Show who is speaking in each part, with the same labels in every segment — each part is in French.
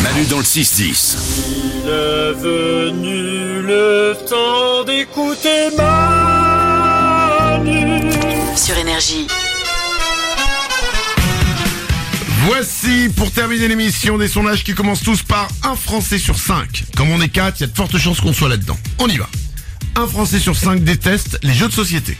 Speaker 1: Bienvenue dans le 6-10.
Speaker 2: Il est venu le temps d'écouter Manu.
Speaker 3: sur énergie.
Speaker 4: Voici pour terminer l'émission des sondages qui commencent tous par un Français sur cinq. Comme on est quatre, il y a de fortes chances qu'on soit là-dedans. On y va. Un Français sur cinq déteste les jeux de société.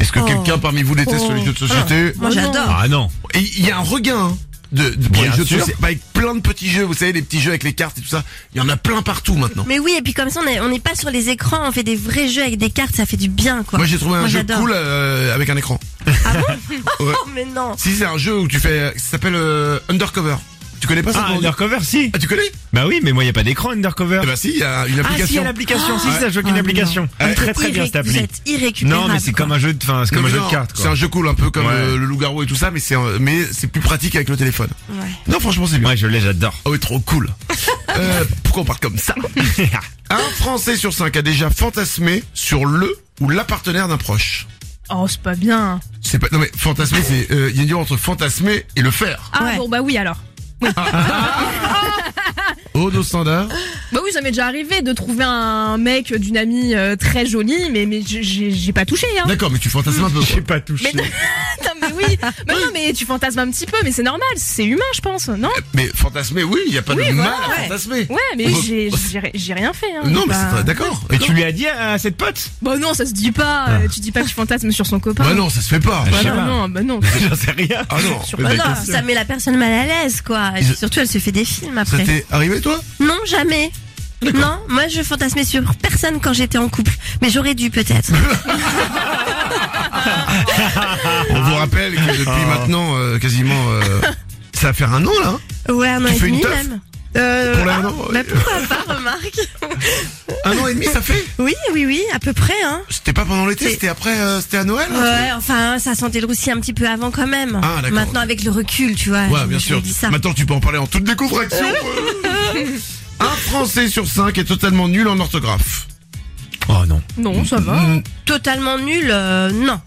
Speaker 4: Est-ce que quelqu'un parmi vous déteste les jeux de société
Speaker 5: Moi j'adore.
Speaker 6: Ah non.
Speaker 4: Et il y a un regain hein, de, de- pour les jeux de société. Avec plein de petits jeux, vous savez, les petits jeux avec les cartes et tout ça. Il y en a plein partout maintenant.
Speaker 5: Mais oui, et puis comme ça, on est- on n'est pas sur les écrans, on fait des vrais jeux avec des cartes, ça fait du bien, quoi.
Speaker 4: Moi j'ai trouvé un jeu
Speaker 5: j'adore.
Speaker 4: cool euh, avec un écran. Ouais.
Speaker 5: Oh, mais non.
Speaker 4: Si c'est un jeu où tu fais, ça s'appelle euh, Undercover. Tu connais pas ça
Speaker 6: Ah,
Speaker 4: Corentin
Speaker 6: Undercover, si.
Speaker 4: Ah, tu connais
Speaker 6: Bah oui, mais moi, il n'y a pas d'écran Undercover.
Speaker 4: Eh ben si, il y a une
Speaker 6: ah, si, il
Speaker 4: application.
Speaker 6: y a l'application. Si,
Speaker 4: Ouais.
Speaker 6: si, ça, je vois qu'il y a une application.
Speaker 5: Vous
Speaker 6: Très,
Speaker 5: êtes
Speaker 6: très bien,
Speaker 5: irré-
Speaker 6: cette
Speaker 5: Vous
Speaker 6: appli.
Speaker 5: êtes irrécupérable.
Speaker 6: Non, mais c'est
Speaker 5: quoi.
Speaker 6: comme un jeu de, enfin, c'est comme
Speaker 4: Non,
Speaker 6: un jeu
Speaker 4: non,
Speaker 6: de cartes,
Speaker 4: C'est
Speaker 6: quoi.
Speaker 4: un jeu cool, un peu comme
Speaker 6: Ouais.
Speaker 4: euh, le loup-garou et tout ça, mais c'est un- mais c'est plus pratique avec le téléphone.
Speaker 5: Ouais.
Speaker 4: Non, franchement, c'est bien.
Speaker 6: Ouais, je l'ai, j'adore.
Speaker 4: Ah oui, trop cool. Euh, pourquoi on parle comme ça Un Français sur cinq a déjà fantasmé sur le ou la partenaire d'un proche.
Speaker 7: Oh, c'est pas bien.
Speaker 4: C'est pas non mais fantasmer, c'est euh, il y a une différence entre fantasmer et le faire.
Speaker 7: Ah
Speaker 5: Ouais.
Speaker 7: bon, bah oui alors.
Speaker 4: Au dos standard.
Speaker 7: Bah oui, ça m'est déjà arrivé de trouver un mec d'une amie euh, très jolie, mais mais j'ai- j'ai j'ai pas touché. Hein.
Speaker 4: D'accord, mais tu fantasmes un peu. quoi.
Speaker 6: pas touché.
Speaker 7: Putain, mais oui. Bah non, mais tu fantasmes un petit peu, mais c'est normal, c'est humain, je pense, non
Speaker 4: Mais fantasmer, oui, il y a pas
Speaker 7: Oui,
Speaker 4: de mal
Speaker 7: voilà,
Speaker 4: à
Speaker 7: ouais.
Speaker 4: fantasmer.
Speaker 7: Ouais, mais
Speaker 4: Bon.
Speaker 7: j'ai j'ai ri- j'ai rien fait. Hein.
Speaker 4: Non, mais
Speaker 7: Bah-
Speaker 4: c'est d'accord.
Speaker 6: Bah, Mais tu lui as dit à cette pote
Speaker 7: Bah non, ça se dit pas. euh, Tu dis pas que tu fantasmes sur son copain.
Speaker 4: Bah non, ça se fait pas.
Speaker 7: Bah
Speaker 6: Ah. je sais
Speaker 7: non,
Speaker 6: pas.
Speaker 7: non, bah non.
Speaker 6: J'en sais rien.
Speaker 4: Ah non.
Speaker 7: Sur-
Speaker 4: mais
Speaker 5: Bah
Speaker 4: mec,
Speaker 5: non, ça met la personne mal à l'aise, quoi. Et
Speaker 4: Ils-
Speaker 5: surtout, elle se fait des films
Speaker 4: Ça
Speaker 5: après.
Speaker 4: t'est arrivé toi
Speaker 5: Non, jamais. Non, moi je fantasmais sur personne quand j'étais en couple, mais j'aurais dû peut-être.
Speaker 4: On vous rappelle que depuis maintenant euh, quasiment euh, ça va faire un an là. hein.
Speaker 5: Ouais, un an
Speaker 4: Tu
Speaker 5: et
Speaker 4: fais une
Speaker 5: demi
Speaker 4: teuf
Speaker 5: même. Euh,
Speaker 4: Pour la-
Speaker 5: ah,
Speaker 4: non,
Speaker 5: bah
Speaker 4: euh,
Speaker 5: pourquoi pas, remarque
Speaker 4: Un an et demi, ça fait
Speaker 5: Oui, oui, oui, à peu près, hein.
Speaker 4: C'était pas pendant l'été,
Speaker 5: C'est-
Speaker 4: c'était après, euh, c'était à Noël
Speaker 5: Ouais, enfin, ça sentait le roussi un petit peu avant quand même.
Speaker 4: Ah, d'accord.
Speaker 5: Maintenant, avec le recul, tu vois.
Speaker 4: Ouais,
Speaker 5: je-
Speaker 4: bien
Speaker 5: je
Speaker 4: sûr.
Speaker 5: dis ça.
Speaker 4: Maintenant, tu peux en parler en toute décontraction. Un Français sur cinq est totalement nul en orthographe. Hmm,
Speaker 6: Oh non.
Speaker 7: Non, ça va.
Speaker 6: Mm.
Speaker 5: Totalement nul, euh, non.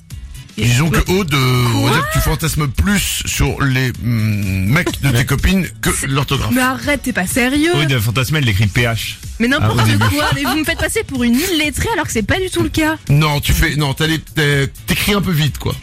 Speaker 4: Disons que Aude, euh, on va dire que tu fantasmes plus sur les mm, mecs de tes copines que l'orthographe.
Speaker 7: Mais arrête, t'es pas sérieux.
Speaker 6: Oui, de Fantasme, elle l'écrit PH.
Speaker 7: Mais
Speaker 6: Ah, au
Speaker 7: n'importe
Speaker 6: début.
Speaker 7: quoi. Mais vous me faites passer pour une illettrée alors que c'est pas du tout le cas.
Speaker 4: Non, tu fais, non, t'as les- t'es- t'écris un peu vite, quoi.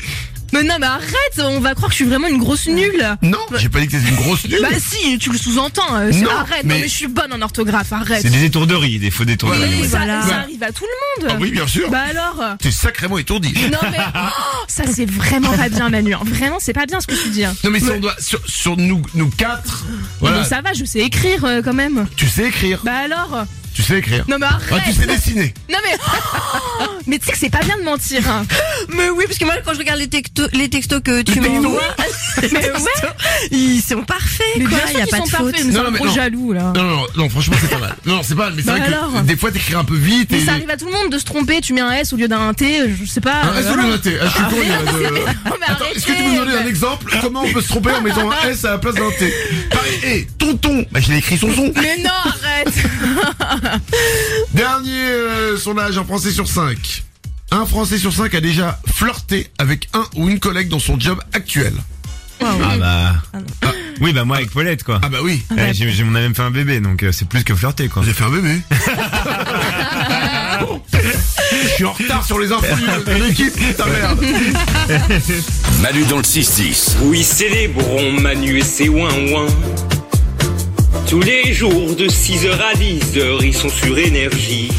Speaker 7: Mais non, mais arrête. On va croire que je suis vraiment une grosse nulle.
Speaker 4: Non, j'ai pas dit que t'es une grosse nulle.
Speaker 7: Bah si, tu le sous-entends. euh, c'est-
Speaker 4: Non,
Speaker 7: arrête. Non,
Speaker 4: mais-
Speaker 7: mais je suis bonne en orthographe. Arrête.
Speaker 6: C'est des étourderies, des faux
Speaker 7: bah, Oui,
Speaker 6: détourderies.
Speaker 7: ça,
Speaker 5: voilà.
Speaker 7: ça arrive à tout le monde.
Speaker 4: Ah oui, bien sûr.
Speaker 7: Bah alors. euh,
Speaker 4: T'es sacrément étourdi.
Speaker 7: Non mais oh, ça c'est vraiment pas bien Manu. hein. Vraiment c'est pas bien ce que tu dis. hein.
Speaker 4: Non, mais si on doit, sur, sur nous, nous quatre, voilà,
Speaker 7: Mais ça va, je sais écrire euh, quand même.
Speaker 4: tu sais écrire.
Speaker 7: Bah alors. euh,
Speaker 4: Tu sais écrire.
Speaker 7: Non mais
Speaker 4: Ah, tu
Speaker 7: arrête.
Speaker 4: sais dessiner.
Speaker 7: Non mais Oh, mais tu sais que c'est pas bien de mentir. hein.
Speaker 5: Mais oui, parce que moi, quand je regarde les, textos, les textos que tu
Speaker 4: textos
Speaker 5: m'envoies, les
Speaker 7: Mais ouais.
Speaker 5: textos, ils sont parfaits,
Speaker 7: Mais
Speaker 5: quoi.
Speaker 7: bien sûr
Speaker 5: y a
Speaker 7: qu'ils
Speaker 5: pas de
Speaker 7: sont
Speaker 5: faute.
Speaker 7: parfaits,
Speaker 4: Non,
Speaker 7: mais c'est
Speaker 4: non,
Speaker 7: un
Speaker 4: mais
Speaker 7: gros
Speaker 4: non.
Speaker 7: jaloux là.
Speaker 4: Non, non, non, franchement, c'est pas mal. Non, non, c'est pas mal, mais c'est
Speaker 7: Bah
Speaker 4: vrai que
Speaker 7: alors
Speaker 4: des fois, t'écris un peu vite
Speaker 7: Mais
Speaker 4: et.
Speaker 7: ça arrive à tout le monde de se tromper, tu mets un S au lieu d'un T, je sais pas.
Speaker 4: Un
Speaker 7: euh,
Speaker 4: S au lieu d'un T. Ah, je suis con, il y a de-
Speaker 7: Non, mais
Speaker 4: Attends, est-ce que tu peux me
Speaker 7: arrêtez,
Speaker 4: donner un exemple Comment on peut se tromper en mettant un S à la place d'un T Pareil, hé, tonton Bah, je l'ai écrit son son.
Speaker 7: Mais non, arrête
Speaker 4: Dernier euh, sondage, un Français sur 5. Un Français sur 5 a déjà flirté avec un ou une collègue dans son job actuel.
Speaker 6: Ah bah. Oui, bah moi avec Paulette, quoi.
Speaker 4: Ah bah oui.
Speaker 6: Eh, j'ai- j'ai- on a même fait un bébé, donc euh, c'est plus que flirter, quoi.
Speaker 4: J'ai fait un bébé. Je suis en retard sur les infos de de l'équipe, putain merde.
Speaker 1: Manu dans le 6-10.
Speaker 2: Oui, célébrons Manu et ses ouin-ouin. Tous les jours de 6h à 10h, ils sont sur énergie.